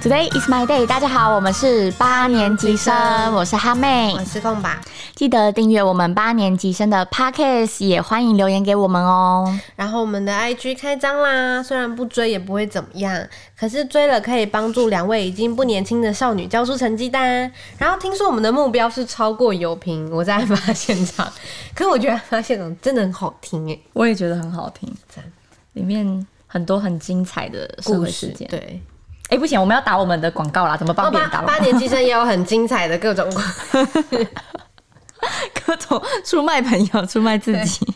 Today is my day。大家好，我们是八年级生，我是哈妹我。失控呃吧。记得订阅我们八年级生的 Podcast，也欢迎留言给我们哦。然后我们的 IG 开张啦，虽然不追也不会怎么样，可是追了可以帮助两位已经不年轻的少女交出成绩单。然后听说我们的目标是超过油瓶，我在案发现场，可是我觉得案发现场真的很好听欸诶，我也觉得很好听，里面很多很精彩的社故会事事件。对。哎、不行，我们要打我们的广告啦，怎么帮哦，别八人打八广告？年级生也有很精彩的各种， 各种出卖朋友、出卖自己。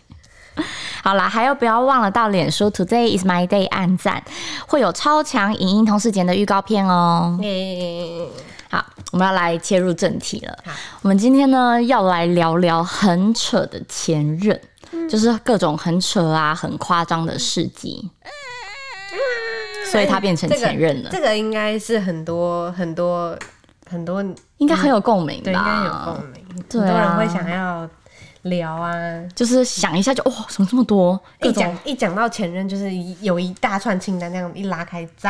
好啦，还有不要忘了到脸书 Today is my day 按赞，会有超强影音同事间的预告片哦。诶好，我们要来切入正题了好。我们今天呢要来聊聊很扯的前任，嗯就是各种很扯啊、很夸张的事迹，所以他变成这个前任了，这个应该是很多很多很多应该很有共鸣吧？对，应该有共鸣，对啊很多人会想要聊啊。就是想一下就哇、怎么这么多？各一种讲一讲到前任，就是有一大串清单，这样一拉开，这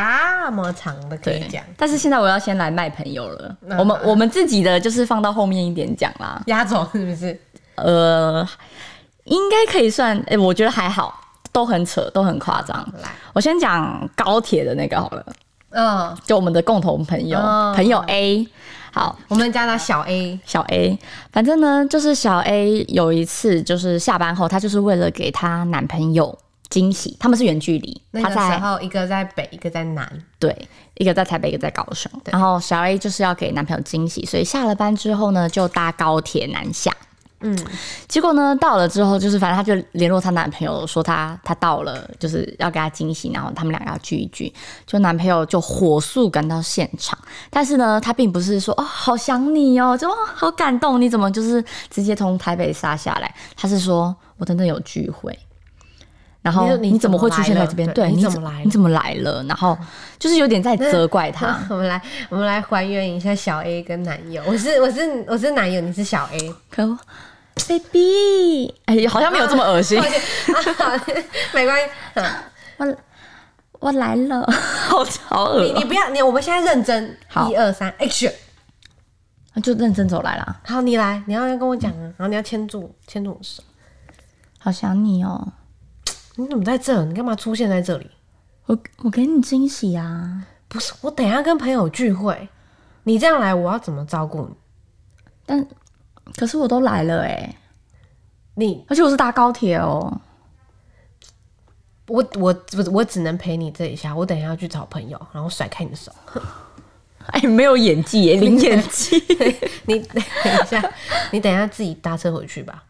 么长的可以对讲，，但是现在我要先来卖朋友了。嗯我们我们自己的就是放到后面一点讲啦。压轴是不是？呃，应该可以算，哎、我觉得还好，都很扯，都很夸张。来，我先讲高铁的那个好了，嗯，就我们的共同朋友，哦朋友 A。好，我们叫他小 A，小 A，反正呢，就是小 A 有一次就是下班后，她就是为了给她男朋友惊喜，他们是远距离，那她个时在候一个在北，一个在南，对，一个在台北，一个在高雄。对然后小 A 就是要给男朋友惊喜，所以下了班之后呢，就搭高铁南下。嗯，结果呢，到了之后，就是反正她就联络她男朋友说她她到了，就是要给她惊喜，然后他们两个要聚一聚。就男朋友就火速赶到现场，但是呢，他并不是说哦好想你哦，就哦好感动，你怎么就是直接从台北杀下来？他是说我真的有聚会。然你后就你你怎么会怎么出现来在了这边？对对，你你怎怎么来了你怎么来了？然后就是有点在责怪他。 我们来我们来还原一下小 A 跟男友，我是我是我是男友，你是小 A，可我 baby，哎，好像没有这么恶心抱。歉啊， 没关系，嗯 我我来了， 好好恶你你不要你，我们现在认真， 好一二三，action，哦，就认真走来啦。好，你来，你要跟我讲啊，然后你要牵住牵住我手，好想你哦，你怎么在这？你干嘛出现在这里？我我给你惊喜啊！不是，我等一下跟朋友聚会，你这样来，我要怎么照顾但可是我都来了哎、你？你，而且我是搭高铁哦。我，我，我，我只能陪你这一下。我等一下要去找朋友，然后甩开你的手。哎，没有演技耶，零演 技。你 等一下，你等一下自己搭车回去吧。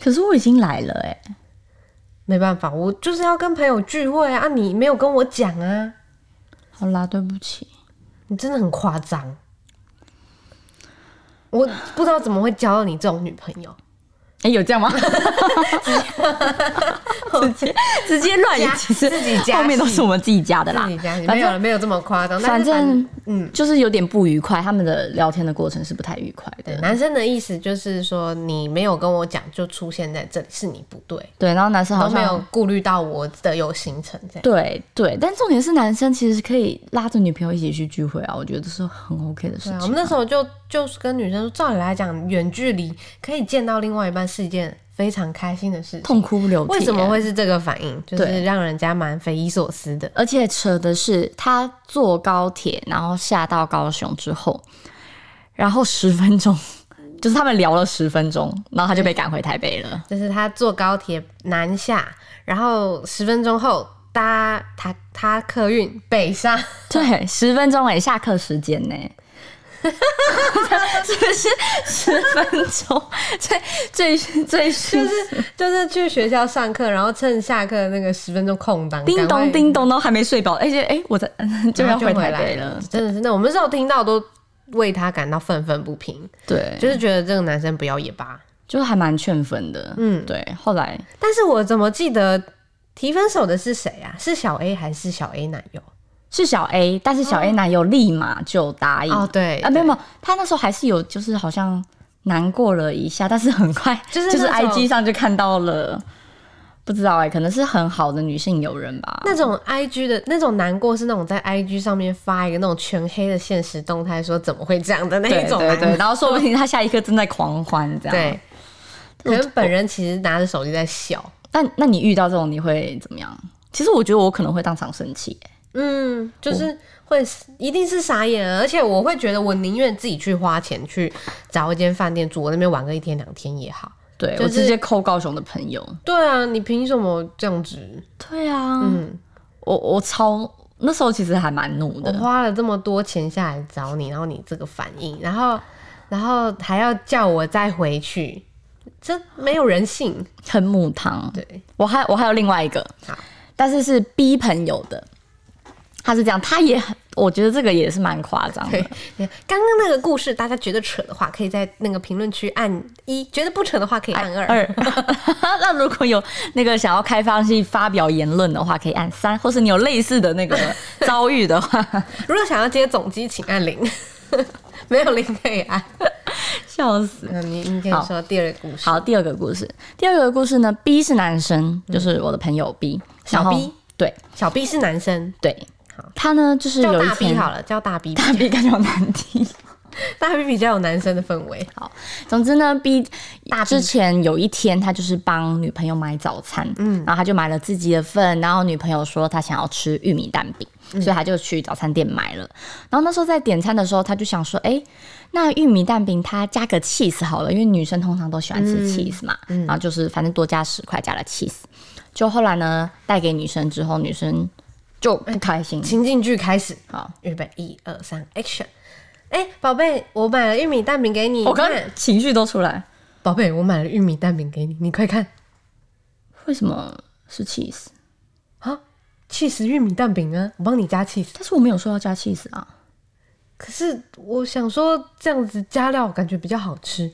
可是我已经来了哎、没办法，我就是要跟朋友聚会啊！啊你没有跟我讲啊，好啦，对不起。你真的很夸张。我不知道怎么会交到你这种女朋友，哎、有这样吗？ 直接直接乱演加，其实自己加后面都戏是我们自己加的啦自己。家里反没有正没有这么夸张，但反是正嗯，就是有点不愉快，他们的聊天的过程是不太愉快的对。男生的意思就是说，你没有跟我讲就出现在这里是你不对。对，然后男生好都像没有顾虑到我的有行程这样。对对，但重点是男生其实可以拉着女朋友一起去聚会啊，我觉得是很 OK 的事对啊，我情。们那时候就就是跟女生说，照理来讲，远距离可以见到另外一半是一件非常开心的事情。痛哭流涕，为什么？会是这个反应？就是对让人家蛮匪夷所思的。而且扯的是，他坐高铁然后下到高雄之后，然后十分钟，就是他们聊了十分钟，然后他就被赶回台北了。就是他坐高铁南下，然后十分钟后搭他他客运 北上， 对，十分钟哎、下课时间呢、是不是十分钟？最最最就是是就是去学校上课，然后趁下课那个十分钟空档，叮赶快咚叮咚都还没睡饱，而且哎、我在就然要后就回回台来北了。真的是那我们那时候听到都为他感到愤愤不平。对，就是觉得这个男生不要也罢。就是还蛮劝分的。嗯，对，后来但是我怎么记得提分手的是谁啊？是小 A 还是小 A 男友？是小 A，但是小 A 男友立马就答应。哦，对，啊，没有没有，他那时候还是有，就是好像难过了一下，但是很快就是就是那种 IG 上就看到了不知道哎、可能是很好的女性友人吧。那种 I G 的那种难过是那种在 I G 上面发一个那种全黑的现实动态，说怎么会这样的那对一种对难对，过。然后说不定他下一刻正在狂欢这样。，对，可能本人其实拿着手机在笑。那那你遇到这种你会怎么样？其实我觉得我可能会当场生气、嗯，就是会一定是傻眼了，而且我会觉得我宁愿自己去花钱去找一间饭店住，我那边玩个一天两天也好。对、就是我直接扣高雄的朋友。对啊，你凭什么这样子？对啊，嗯，我我超那时候其实还蛮怒我的，花了这么多钱下来找你，然后你这个反应，然后然后还要叫我再回去，这没有人性。很母汤。对，我还我还有另外一个好，但是是逼朋友的，他是这样，他也很，我觉得这个也是蛮夸张的对。， 刚刚那个故事大家觉得扯的话，可以在那个评论区按一；觉得不扯的话，可以按二。二， 那如果有那个想要开放性发表言论的话，可以按三，或是你有类似的那个遭遇的 话，如果想要接总机，请按零。 没有零可以按。笑死。嗯，你你可以好说第二个故事。好，第二个故事，第二个故事呢，B 是男生，嗯就是我的朋友 B，小然后 B 对小 B 是男生，对好，他呢就是叫有一大 B 天好了，叫大 B，大 B 感觉好难听。大 B 比较有男生的氛围。好，总之呢，B 大 B 之前有一天，他就是帮女朋友买早餐，嗯，然后他就买了自己的份，然后女朋友说她想要吃玉米蛋饼，所以他就去早餐店买了。然后那时候在点餐的时候，他就想说，哎、那玉米蛋饼它加个 cheese 好了，因为女生通常都喜欢吃 cheese 嘛，然后就是反正多加十块，加了 cheese。就后来呢，带给女生之后，女生就不开心。情境剧开始，好，预备，一二三，Action！哎、宝贝，我买了玉米蛋饼给你，我刚你看情绪都出来，宝贝，我买了玉米蛋饼给你，你快看为什么是 cheese？啊，气死玉米蛋饼啊，我帮你加气死。但是我没有说要加 cheese 啊。可是我想说这样子加料感觉比较好吃，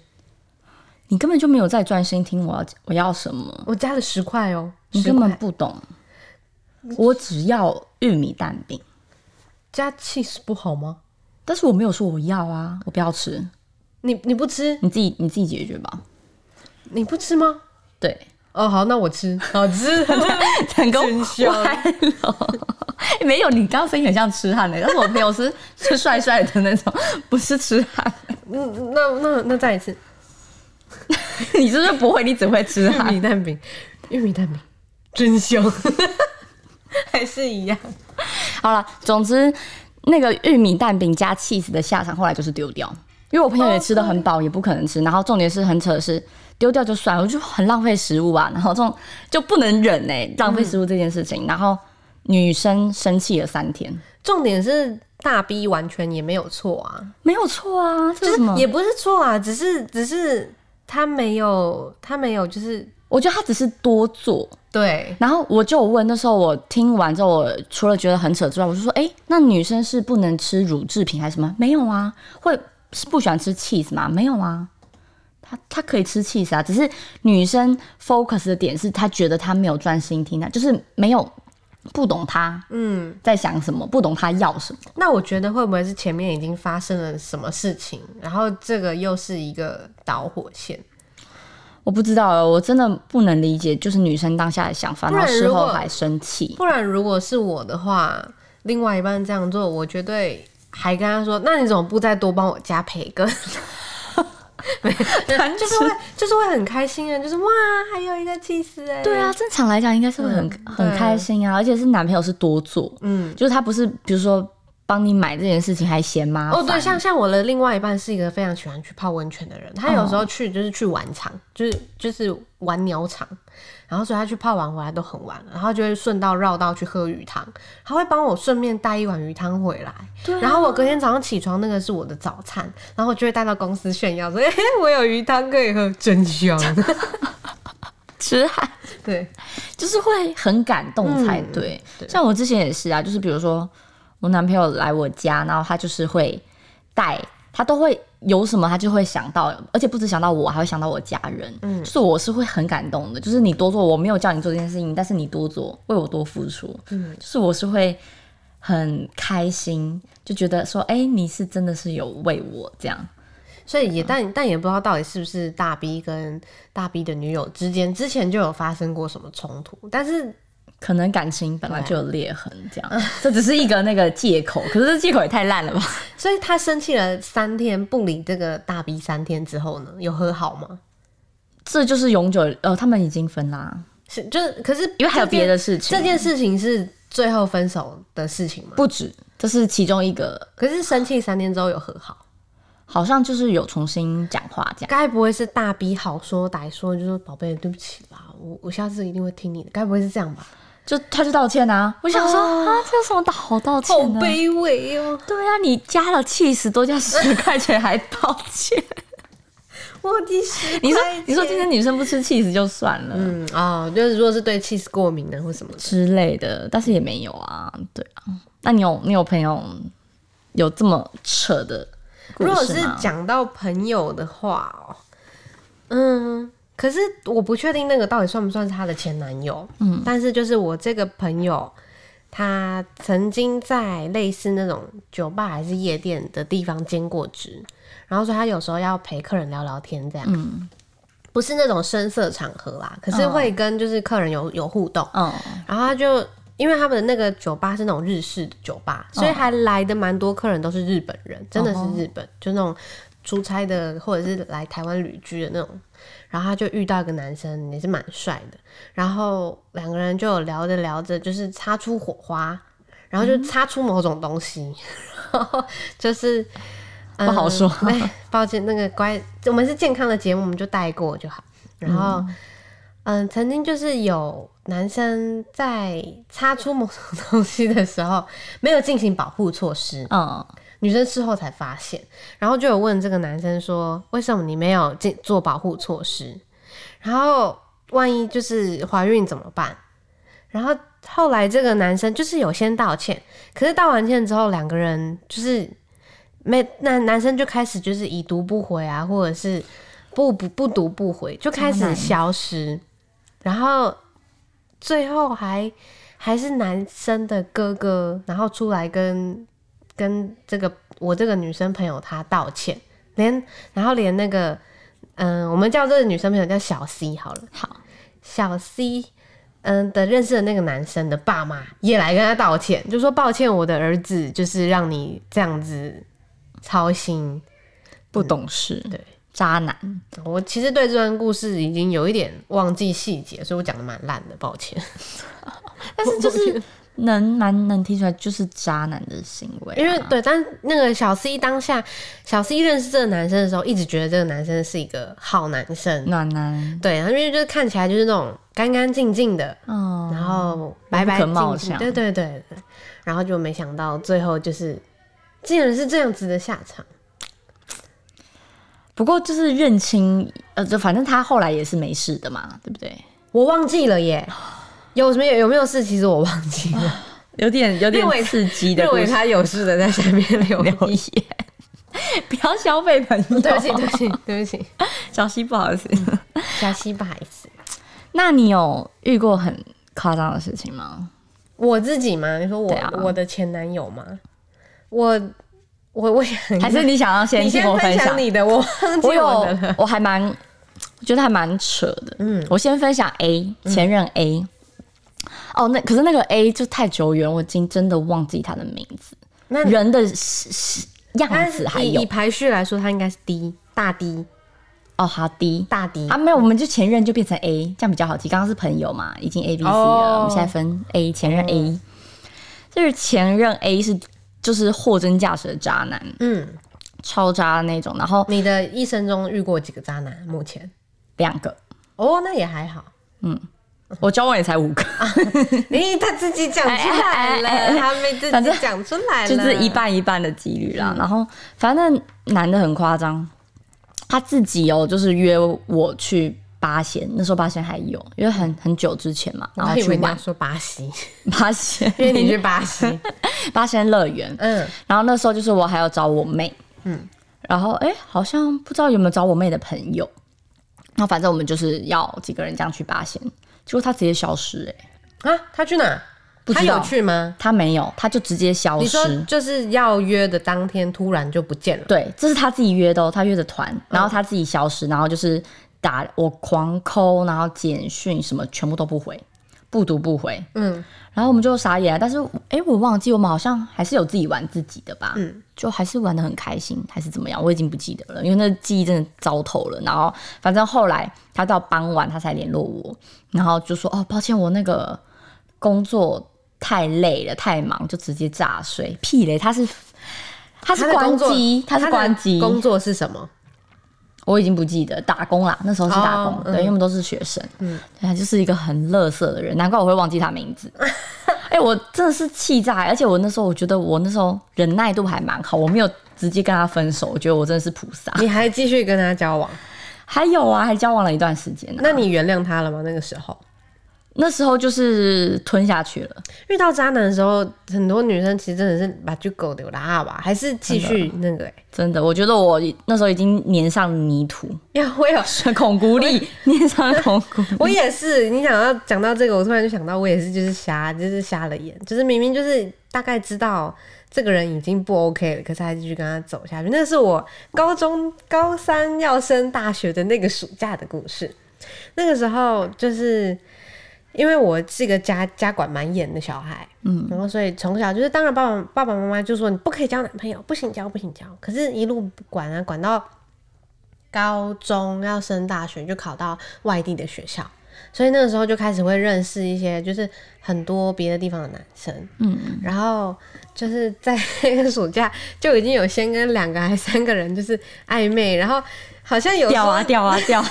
你根本就没有在专心听我要我要什么，我加了十块哦，你十根本块不懂。我只要玉米蛋饼，加气死不好吗？但是我没有说我要啊，我不要吃，你你不吃，你自己你自己解决吧。你不吃吗？对，哦，好，那我吃，好吃。成功真香歪了。没有，你刚刚声音很像痴汉的、欸但是我朋友是是帅帅的那种，不是痴汉。 嗯，那那那再一次，你是不是不会？你只会痴玉汉？米蛋饼，玉米蛋饼，真香， 还是一样。好了，总之那个玉米蛋饼加 cheese 的下场后来就是丢掉，因为我朋友也吃的很饱，也不可能吃。然后重点是很扯的是丢掉就算了，我就很浪费食物啊。然后这种就不能忍哎、浪费食物这件事情。然后女生生气了三天，重点是大 B 完全也没有错啊，没有错啊，这就是什是么？也不是错啊，只是只是他没有他没有就是我觉得他只是多做。对然后我就有问，那时候我听完之后，我除了觉得很扯之外，我就说，哎、那女生是不能吃乳制品还是什么？没有啊，会是不喜欢吃 cheese 吗？没有啊，她她可以吃 cheese 啊，只是女生 focus 的点是她觉得她没有专心听她，啊就是没有不懂她嗯。在想什么，不懂她要什么。那我觉得会不会是前面已经发生了什么事情，然后这个又是一个导火线？我不知道啊，我真的不能理解，就是女生当下的想法，不然然后事如后果还生气。不然如果是我的话，另外一半这样做，我绝对还跟他说：“那你怎么不再多帮我加培 根？” 没有就是会就是会很开心啊，就是哇，还有一个气死哎，对啊，正常来讲应该是会很、嗯很开心啊，而且是男朋友是多做，嗯，就是他不是比如说帮你买这件事情还嫌麻哦，烦，对，像像我的另外一半是一个非常喜欢去泡温泉的人，他有时候去就是去玩场，就是就是玩鸟场，然后所以他去泡完回来都很晚了，然后就会顺道绕道去喝鱼汤，他会帮我顺便带一碗鱼汤回来，啊然后我隔天早上起床那个是我的早餐，然后我就会带到公司炫耀说， 嘿嘿，我有鱼汤可以喝，真香。 痴汉对， 就是会很感动才嗯对。对像我之前也是啊，就是比如说我男朋友来我家，然后他就是会带，他都会有什么他就会想到，而且不止想到我，还会想到我家人。嗯，就是我是会很感动的，就是你多做，我没有叫你做这件事情，但是你多做，为我多付出，嗯，就是我是会。很开心，就觉得说，哎、你是真的是有为我这样，所以也但但也不知道到底是不是大 B 跟大 B 的女友之间之前就有发生过什么冲突，但是可能感情本来就有裂痕，这样， 这只是一个那个借口，可是这借口也太烂了吧？所以他生气了三天不理这个大 B 三天之后呢，有和好吗？ 这就是永久，呃，他们已经分啦，是就是可是因为还有这件别的事情这件事情是最后分手的事情吗？不止，这是其中一个，可是生气三天之后有和好，好像就是有重新讲话这样。该不会是大 B 好说歹说，就说宝贝对不起啦，我我下次一定会听你的，该不会是 这样吧？就他就道歉啊，我想说、啊，这有什么好道歉呢？卑微哦、对啊，你加了气死多加十块钱还道 歉？我第十你说你说今天女生不吃气死就算了、嗯哦，就是如果是对 cheese 过敏的或什么的，之类的，但是也没有啊，对啊。那你有你有朋友有这么扯的故如果事是吗？讲到朋友的话哦，嗯，可是我不确定那个到底算不算是她的前男友，嗯，但是就是我这个朋友，他曾经在类似那种酒吧还是夜店的地方兼过职，然后说他有时候要陪客人聊聊天这样，嗯。不是那种深色场合啦，可是哦会跟就是客人有有互动，嗯，然后他就因为他们的那个酒吧是那种日式的酒吧，哦所以还来的蛮多客人都是日本人，真的是日本，就那种出差的或者是来台湾旅居的那种。然后他就遇到一个男生，也是蛮帅的，然后两个人就有聊着聊着，就是擦出火花，然嗯后就擦出某种东西， 然后就是。嗯不好 说对抱歉，那个乖，我们是健康的节目，我们就带过就好。然后，嗯、曾经就是有男生在擦出某种东西的时候，没有进行保护措施，嗯，女生事后才发现，然后就有问这个男生说：“为什么你没有进做保护措施？然后万一就是怀孕怎么办？”然后后来这个男生就是有先道歉，可是道完歉之后，两个人就是没那男生就开始就是已读不回啊，或者是不不不读不回，就开渣始男消失，然后最后还还是男生的哥哥，然后出来跟跟这个我这个女生朋友她道歉，连然后连那个嗯、我们叫这个女生朋友叫小 C 好了，好，小 C 嗯的认识的那个男生的爸妈也来跟他道歉，就说抱歉，我的儿子就是让你这样子操心。不懂事，对，渣男。我其实对这段故事已经有一点忘记细节，所以我讲的蛮烂的，抱歉。但是就是能蛮能听出来，就是渣男的行为啊、因为对，但那个小 C 当下，小 C 认识这个男生的时候，一直觉得这个男生是一个好男生，暖男，对，然后因为就是看起来就是那种干干净净的，嗯，然后白白不可净貌净，相对对对，对然后就没想到最后就是竟然是这样子的下场，不过就是认清，呃，就反正他后来也是没事的嘛，对不对？我忘记了耶， 有什么有有没有事？其实我忘 记了，有点有点刺激认为他有事的在下面留言，留言， 不要消费朋友，对不起对不 起对不起，小西不好意思。小西不好意思，那你有遇过很夸张的事情吗？我自己吗？你说我、对啊我的前男友吗？我我我想一下 还是你想要先你听先我分享？享你的，我忘记我有我的了。，我还蛮，我觉得还蛮扯的。嗯，我先分享 A 嗯前任 A。哦，那可是那个 A 就太久远，我已经真的忘记他的名字，那人的是是样子还以有以排序来说，他应该是 D 大 D 哦，好 D 大 D 啊，没有，我们就前任就变成 A，这样比较好记。刚刚是朋友嘛，已经 A B C 了，哦我们现在分 A 前任 A，、就是前任 A 是就是货真价实的渣男，嗯，超渣的那种，然后你的一生中遇过几个渣男？目前两个，哦，那也还好。 我交往也才五个，你他自己讲出来了，哎哎哎哎他没自反己正讲出来了，就是一半一半的几率啦。然后反正男的很夸张，他自己哦，就是约我去八仙，那时候八仙还有，因为很很久之前嘛，然我后以去为你玩要说巴西，八仙，因为你去巴西， 八仙乐园，嗯，然后那时候就是我还有找我妹，嗯嗯，然后哎、诶好像不知道有没有找我妹的朋友，那反正我们就是要几个人这样去八仙，结果她直接消失、诶啊，他去哪？不他知有道去吗？他没有，他就直接消你说失。就是要约的当天突然就不见了，对，这是他自己约的哦，他约的团，嗯然后他自己消失，然后就是打我狂抠，然后简讯什么全部都不回，不读不回，嗯，然后我们就傻眼啊。但是哎，我忘记我们好像还是有自己玩自己的吧，嗯，就还是玩的很开心，还是怎么样，我已经不记得了，因为那记忆真的糟透了。然后反正后来他到傍晚他才联络我，然后就说哦，抱歉，我那个工作。太累了，太忙，就直接炸睡。屁嘞，他是他是的关工作机，他是的关机。工作是什么？我已经不记得打工啦，那时候是打工，哦对，因为我们都是学生，嗯，对，他就是一个很乐色的人，难怪我会忘记他名 字。哎、我真的是气炸，而且我那时候我觉得我那时候忍耐度还蛮好，我没有直接跟他分手，我觉得我真的是菩萨。你还继续跟他交往？还有啊，还交往了一段时间、啊，那你原谅他了吗？那个时候那时候就是吞下去了，遇到渣男的时候，很多女生其实真的是把就狗丢啦吧，还是继续那个、欸？真的，我觉得我那时候已经粘上泥 土，因为我有，孔骨力粘上孔骨力。我也是。你想到讲到这个，我突然就想到，我也是，就是瞎，就是瞎了眼，就是明明就是大概知道这个人已经不 OK 了，可是还继续跟他走下去。那是我高中高三要升大学的那个暑假的故事。那个时候就是因为我是一个家家管蛮严的小孩，嗯，然后所以从小就是，当然爸爸爸爸妈妈就说你不可以交男朋友，不行交，不行交。可是，一路管啊管到高中要升大学，就考到外地的学校，所以那个时候就开始会认识一些就是很多别的地方的男生，嗯，然后就是在那个暑假就已经有先跟两个还三个人就是暧昧，然后好像 有掉啊说掉啊掉 啊！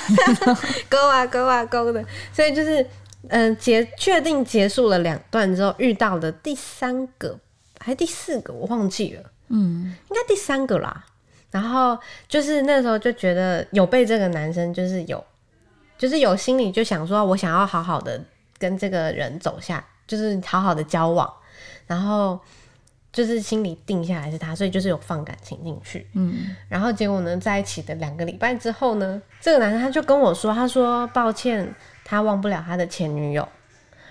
勾啊勾啊勾的，所以就是嗯结确定结束了两段之后，遇到的第三个还第四个我忘记了，嗯，应该第三个啦。然后就是那时候就觉得有被这个男生就是有，就是有心里就想说，我想要好好的跟这个人走下，就是好好的交往，然后就是心里定下来是他，所以就是有放感情进去，嗯。然后结果呢，在一起的两个礼拜之后呢，这个男生他就跟我说，他说抱歉，他忘不了他的前女友，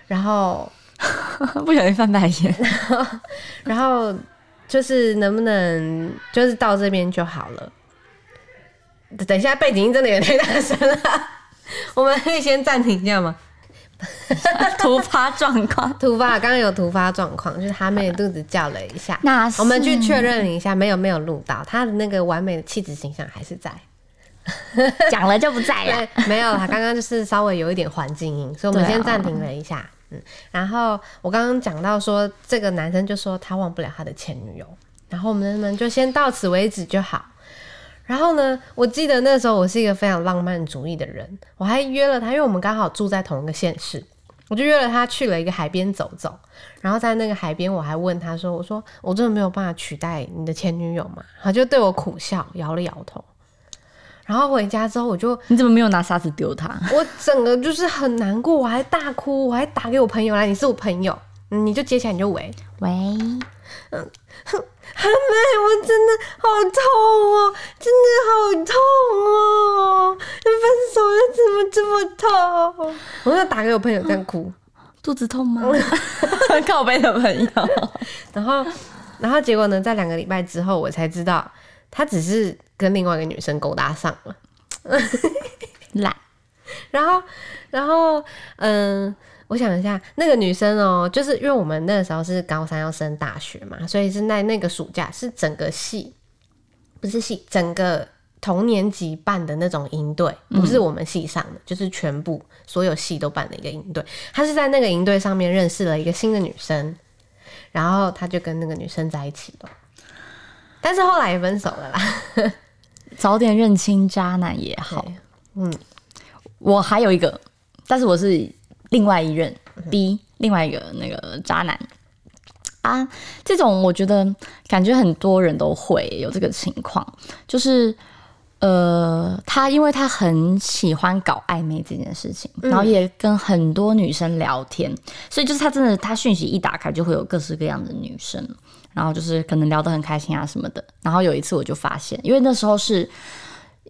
然后 不小心翻白眼。 然后就是能不能就是到这边就好了？等一下，背景音真的有点太大声了， 我们可以先暂停一下吗？突发状况。突发，刚刚有突发状况，就是他妹肚子叫了一下，那是我们去确认一下，没有没有录到，他的那个完美的气质形象还是在。 讲了就不在了。对，没有啦， 刚刚就是稍微有一点环境音，所以我们对啊先暂停了一下。嗯，然后我刚刚讲到说，这个男生就说他忘不了他的前女友，然后我们们就先到此为止就好。然后呢，我记得那时候我是一个非常浪漫主义的人，我还约了他，因为我们刚好住在同一个县市，我就约了他去了一个海边走走。然后在那个海边，我还问他说：“我说我真的没有办法取代你的前女友嘛？”他就对我苦笑，摇了摇头。然后回家之后，我就你怎么没有拿沙子丢他？我整个就是很难过，我还大哭，我还打给我朋友来，你是我朋友，嗯你就接起来你就喂，喂，阿妹，我真的好痛哦，真的好痛哦，分手了怎么这么痛？我就打给我朋友这样哭，肚子痛吗？ 靠背的朋友，然后，然后结果呢，在两个礼拜之后，我才知道他只是跟另外一个女生勾搭上了。 懒然后，然后，嗯、我想一下，那个女生哦、就是因为我们那个时候是高三要升大学嘛，所以是在那个暑假是整个系，不是系，整个同年级办的那种营队，不是我们系上的，就是全部所有系都办的一个营队。她是在那个营队上面认识了一个新的女生，然后他就跟那个女生在一起了，但是后来也分手了啦。早点认清渣男也好。嗯，我还有一个，但是我是另外一任 B，另外一个那个渣男啊，这种我觉得感觉很多人都会有这个情况，就是。呃，他因为他很喜欢搞暧昧这件事情，然后也跟很多女生聊天，所以就是他真的，他讯息一打开就会有各式各样的女生，然后就是可能聊得很开心啊什么的。然后有一次我就发现，因为那时候是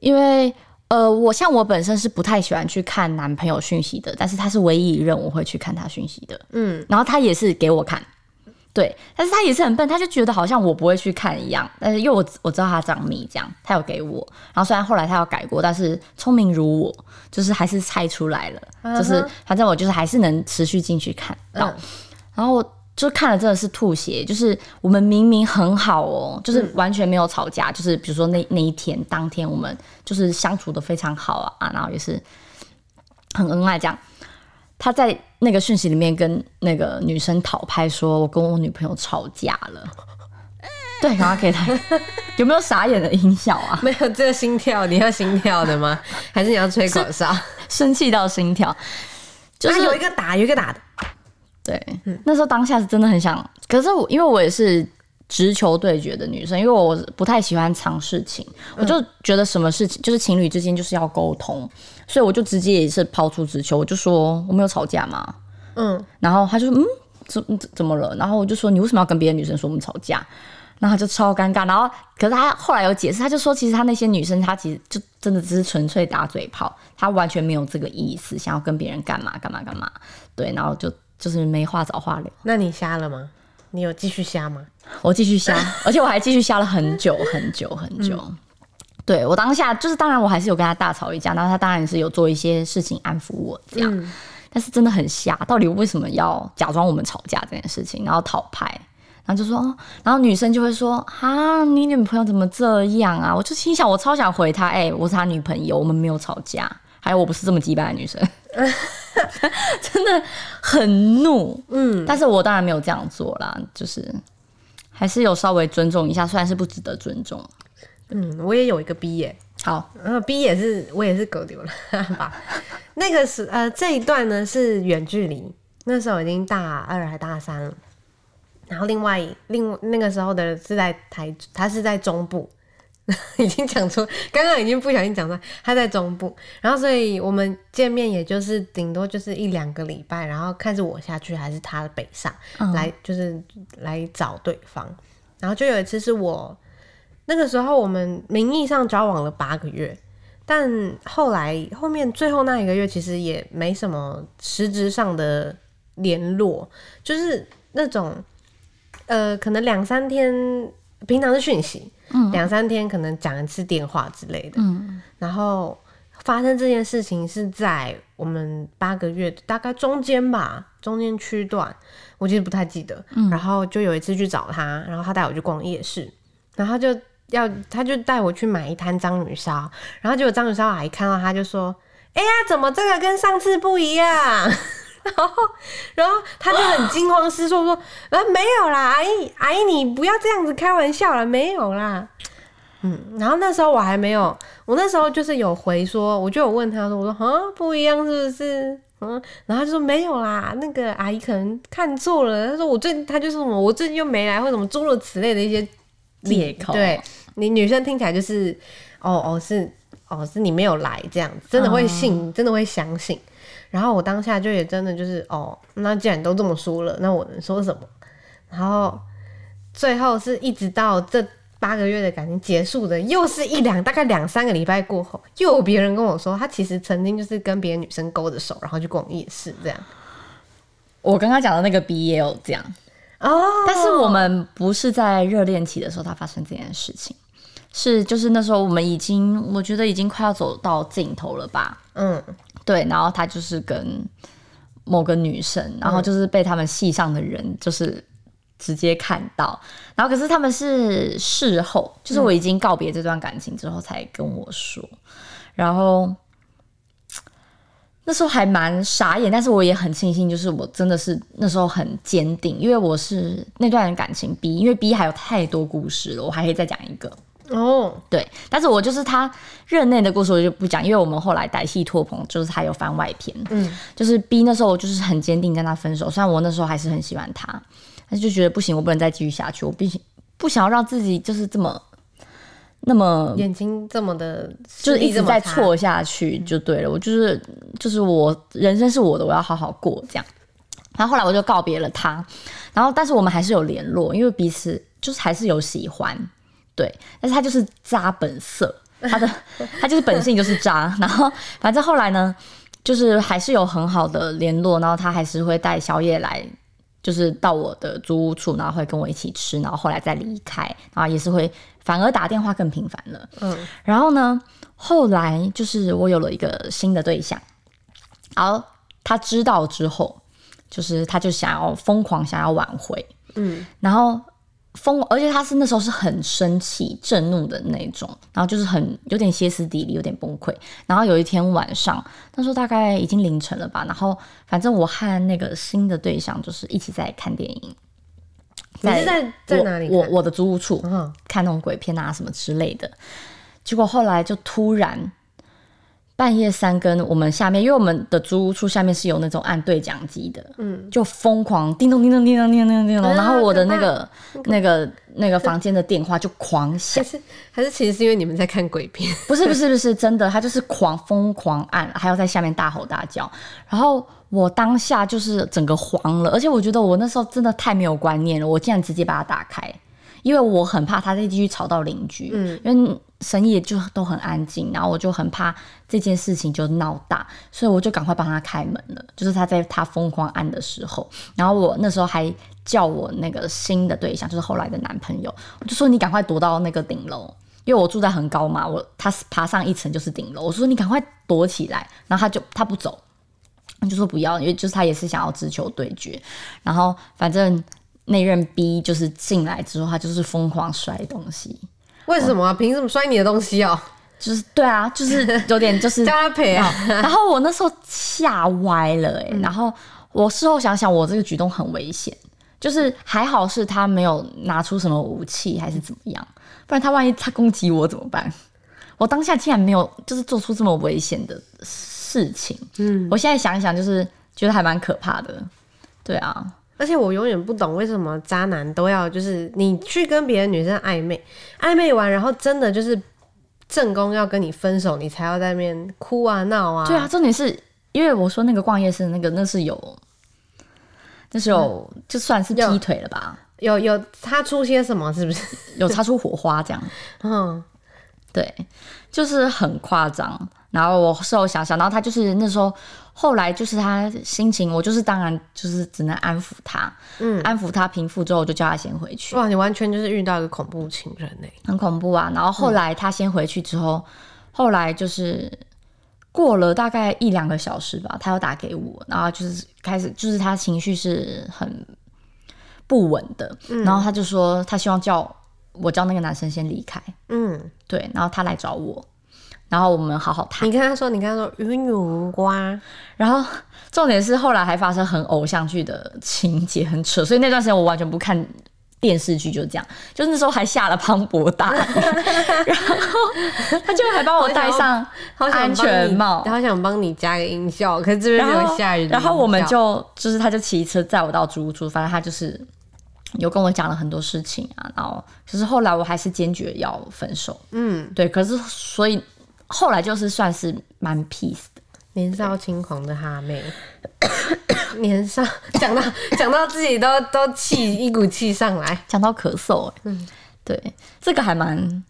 因为呃，我像我本身是不太喜欢去看男朋友讯息的，但是他是唯一一任我会去看他讯息的。嗯，然后他也是给我看，对，但是他也是很笨，他就觉得好像我不会去看一样。但是因为我我知道他长迷这样，他有给我。然后虽然后来他有改过，但是聪明如我，就是还是猜出来了，就是反正我就是还是能持续进去看。然后，然后我就看了真的是吐血，就是我们明明很好哦，就是完全没有吵架，就是比如说那那一天当天我们就是相处的非常好啊，啊然后也是很恩爱这样。他在那个讯息里面跟那个女生讨拍说，我跟我女朋友吵架了。 对，然后给他 有没有傻眼的音效啊？没有，这个心跳，你要心跳的吗？还是你要吹口哨？生气到心跳，就啊是有一个嗯打，有一个打的，对，那时候当下是真的很想，可是我因为我也是直球对决的女生，因为我不太喜欢藏事情，嗯我就觉得什么事情就是情侣之间就是要沟通，所以我就直接也是抛出直球，我就说我没有吵架嘛，嗯，然后他就说嗯怎怎怎么了？然后我就说你为什么要跟别的女生说我们吵架？然后他就超尴尬，然后可是他后来有解释，他就说其实他那些女生，他其实就真的只是纯粹打嘴炮，他完全没有这个意思，想要跟别人干嘛干嘛干嘛，对，然后就就是没话找话聊。那你瞎了吗？你有继续瞎吗？我继续瞎，而且我还继续瞎了很久很久很久。对我当下就是，当然我还是有跟他大吵一架，然后他当然也是有做一些事情安抚我这样，但是真的很瞎，到底为什么要假装我们吵架这件事情，然后讨牌，然后就说，哦然后女生就会说，啊，你女朋友怎么这样啊？我就心想，我超想回他，哎、我是他女朋友，我们没有吵架，还有我不是这么鸡巴的女生，真的很怒，嗯，但是我当然没有这样做啦，就是还是有稍微尊重一下，虽然是不值得尊重。嗯，我也有一个 B 耶、好，然后 B 也是我也是狗丢了 吧。那个是呃这一段呢是远距离，那时候已经大二还大三了。然后另外另那个时候的是在台，他是在中部， 已经讲出刚刚已经不小心讲出来，他在中部。然后所以我们见面也就是顶多就是一两个礼拜，然后看是我下去还是他北上、嗯来，就是来找对方。然后就有一次是我那个时候我们名义上交往了八个月，但后来后面最后那一个月其实也没什么实质上的联络，就是那种呃，可能两三天，平常是讯息，两、三天可能讲一次电话之类的，然后。发生这件事情是在我们八个月大概中间吧，中间区段，我其实不太记得。然后就有一次去找他，然后他带我去逛夜市，然后他就要他就带我去买一摊章鱼烧，然后结果章鱼烧阿姨看到他就说：“哎呀，怎么这个跟上次不一样？” 然后，然后他就很惊慌失措说：“啊，没有啦，阿姨，阿姨，你不要这样子开玩笑啦，没有啦。”嗯，然后那时候我还没有，我那时候就是有回说，我就有问他说：“我说，啊，不一样是不是？”嗯，然后他就说没有啦，那个阿姨可能看错了。他说我最，他就是什么，我最近又没来，或什么诸如此类的一些借口对你女生听起来就是，哦哦是哦是你没有来这样，真的嗯会信，真的会相信。然后我当下就也真的就是，哦，那既然都这么说了，那我能说什么？然后最后是一直到这八个月的感情结束的，又是一两大概两三个礼拜过后，又有别人跟我说，他其实曾经就是跟别的女生勾着手，然后去逛夜市这样。我刚刚讲的那个 B 也有这样，哦，但是我们不是在热恋期的时候它发生这件事情，是就是那时候我们已经我觉得已经快要走到尽头了吧？嗯，对，然后他就是跟某个女生，然后就是被他们系上的人就是。直接看到，然后可是他们是事后，就是我已经告别这段感情之后才跟我说，然后那时候还蛮傻眼，但是我也很庆幸，就是我真的是那时候很坚定，因为我是那段感情 B，因为 B 还有太多故事了，我还可以再讲一个。哦，对，但是我就是他任内的故事我就不讲，因为我们后来歹戏拓棚，就是他有番外篇。嗯，就是 B 那时候我就是很坚定跟他分手，虽然我那时候还是很喜欢他，但是就觉得不行，我不能再继续下去，我必须不想要让自己就是这么那么眼睛这么的，就是一直在视力这么错下去就对了。我就是就是我人生是我的，我要好好过这样。然后后来我就告别了他，然后但是我们还是有联络，因为彼此就是还是有喜欢，对。但是他就是渣本色，他的他就是本性就是渣。然后反正后来呢，就是还是有很好的联络，然后他还是会带宵夜来。就是到我的租屋处，然后会跟我一起吃，然后后来再离开，然后也是会反而打电话更频繁了。嗯，然后呢，后来就是我有了一个新的对象，然后他知道之后，就是他就想要疯狂想要挽回，嗯，然后疯，而且他是那时候是很生气、震怒的那种，然后就是很有点歇斯底里，有点崩溃。然后有一天晚上，那时候大概已经凌晨了吧，然后反正我和那个新的对象就是一起在看电影。你是在在我哪里看我我的租屋处嗯看那种鬼片啊什么之类的，结果后来就突然半夜三更，我们下面因为我们的租屋处下面是有那种按对讲机的，嗯，就疯狂叮咚叮咚叮咚叮咚叮咚，啊然后我的可怕那个那个那个房间的电话就狂响 还，是还是其实是因为你们在看鬼 片，不是不是不是真的，他就是狂疯狂按，还要在下面大吼大叫，然后我当下就是整个慌了，而且我觉得我那时候真的太没有观念了，我竟然直接把它打开，因为我很怕他再继续吵到邻居，嗯因为深夜就都很安静，然后我就很怕这件事情就闹大，所以我就赶快帮他开门了，就是他在他疯狂按的时候，然后我那时候还叫我那个新的对象，就是后来的男朋友，我就说你赶快躲到那个顶楼。因为我住在很高嘛，我他爬上一层就是顶楼，我说你赶快躲起来，然后他就他不走，他就说不要，因为就是他也是想要直球对决，然后反正那任 B 就是进来之后，他就是疯狂摔东西，为什么啊？凭什么摔你的东西哦？就是对啊，就是有点就是 叫他赔啊！然后我那时候吓歪了、欸，然后我事后想想，我这个举动很危险，就是还好是他没有拿出什么武器还是怎么样，不然他万一他攻击我怎么办？我当下竟然没有就是做出这么危险的事情，嗯，我现在想一想，就是觉得还蛮可怕的，对啊，而且我永远不懂为什么渣男都要就是你去跟别的女生暧昧，暧昧完然后真的就是正宫要跟你分手，你才要在那边哭啊闹啊。对啊，，重点是因为我说那个逛夜市的那个那是有。那是有，就算是嗯有劈腿了吧，有有他出些什么是 不是？有擦出火花这样。嗯，对，就是很夸张。然后我事后想想，然后他就是那时候，后来就是他心情，我就是当然就是只能安抚他，嗯安抚他平复之后，我就叫他先回去，哇，你完全就是遇到一个恐怖情人欸呢、很恐怖啊。然后后来他先回去之后，后来就是过了大概一两个小时吧，他又打给我，然后就是开始就是他情绪是很不稳的，然后他就说他希望叫我叫那个男生先离开，嗯，对，然后他来找我，然后我们好好谈。你跟他说，你跟他说与你无关，然后重点是后来还发生很偶像剧的情节，很扯，所以那段时间我完全不看电视剧，就这样。就是那时候还下了磅礴大 雨，然后他就还帮我戴上好想帮安你全帽。好想帮你加个音效，可是这边然没 有后，下雨的然后音效我们就就是，他就骑车载我到租屋处，反正他就是有跟我讲了很多事情啊。然后，可是后来我还是坚决要分手。嗯，对，可是所以后来就是算是蛮 peace 的。年少轻狂的哈妹， 年少讲到讲到自己都都气一股气上来，讲到咳嗽、欸，嗯，对，这个还蛮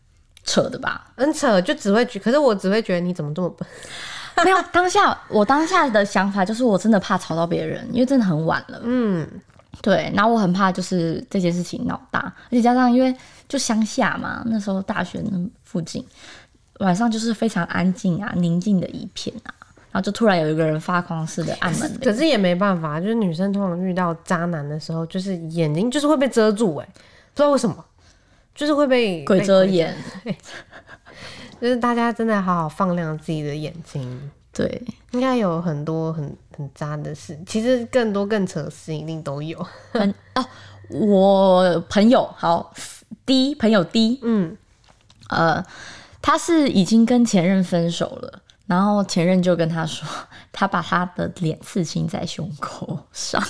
扯的吧？很扯，就只会觉，可是我只会觉得你怎么这么笨， 没有，当下我当下的想法就是，我真的怕吵到别人，因为真的很晚了，嗯，对。然后我很怕就是这件事情闹大，而且加上因为就乡下嘛，那时候大学那附近晚上就是非常安静啊、宁静的一片啊，然后就突然有一个人发狂似的按门铃，可是也没办法，就是女生通常遇到渣男的时候，就是眼睛就是会被遮住、哎，不知道为什么，就是会被鬼遮，眼，被 就是大家真的好好放亮自己的眼睛。对。应该有很多很很渣的事，其实更多更扯的事一定都有。我朋友好 D 朋友 D，嗯，呃，他是已经跟前任分手了，然后前任就跟他说， 他把他的脸刺青在胸口上，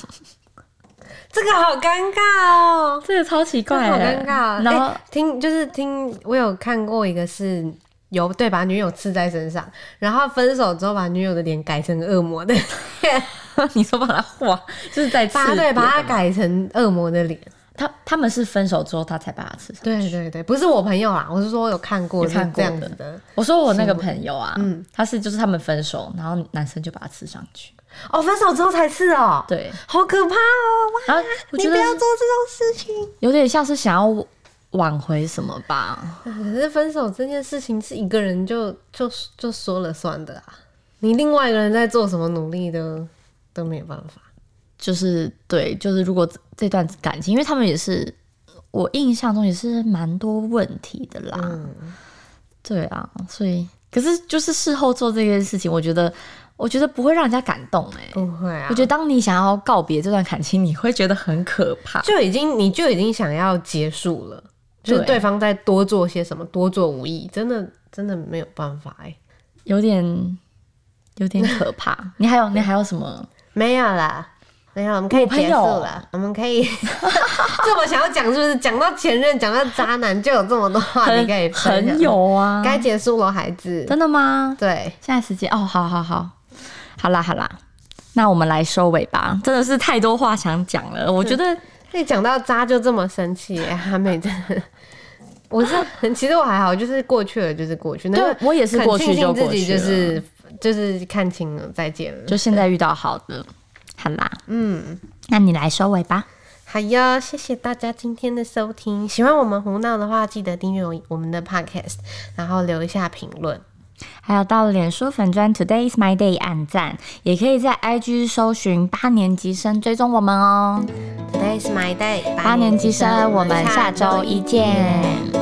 这个好尴尬哦， 这个超奇这个怪、好欸，尴尬哦。然后、哎听就是听，我有看过一个是有对把女友刺在身上，然后分手之后把女友的脸改成恶 魔的脸，哎 你说把他画，就是在刺把对别把它人改成恶魔的脸，他他们是分手之后他才把它吃上。对对对，不是我朋友啦，我是说我有看过有看是过这样的子的。我说我那个朋友啊，他是就是他们分手，然后男生就把它吃上去。哦，分手之后才是哦，，对，好可怕哦！哇，然后我你觉不得要做这种事情。有点像是想要挽回什么吧。哦可是分手这件事情是一个人就就就说了算的啊，你另外一个人在做什么努力都都没有办法。就是对，就是如果这段感情，因为他们也是我印象中也是蛮多问题的啦。嗯对啊，所以可是就是事后做这件事情，我觉得我觉得不会让人家感动哎、不会啊，我觉得当你想要告别这段感情，你会觉得很可怕。就已经你就已经想要结束了，就是对对方在多做些什么，多做无益，真的真的没有办法哎、有点有点可怕。你还有你还有什么？没有啦，没有，我们可以我朋结束友了，我们可以 这么想要讲，是不是？讲到前任，讲到渣男，就有这么多话题很可以分享很，有啊，该结束了，孩子。真的吗？对，现在时间哦，好好好，好啦好啦，那我们来收尾吧。真的是太多话想讲了，我觉得那哎讲到渣就这么生气、欸，阿美真的。我是很，其实我还好，就是过去了，就是过去。那个我也是过去很庆幸就过自己去就了是就是看清了，再见了。就现在遇到好的，好啦，嗯，那你来收尾吧。好哟，谢谢大家今天的收听。喜欢我们胡闹的话，记得订阅我们的 podcast，然后留一下评论。还有到脸书粉砖 Today's My Day 按赞，也可以在 IG 搜寻八年级生追踪我们哦。 Today is my day，八年级生，我们下周一见。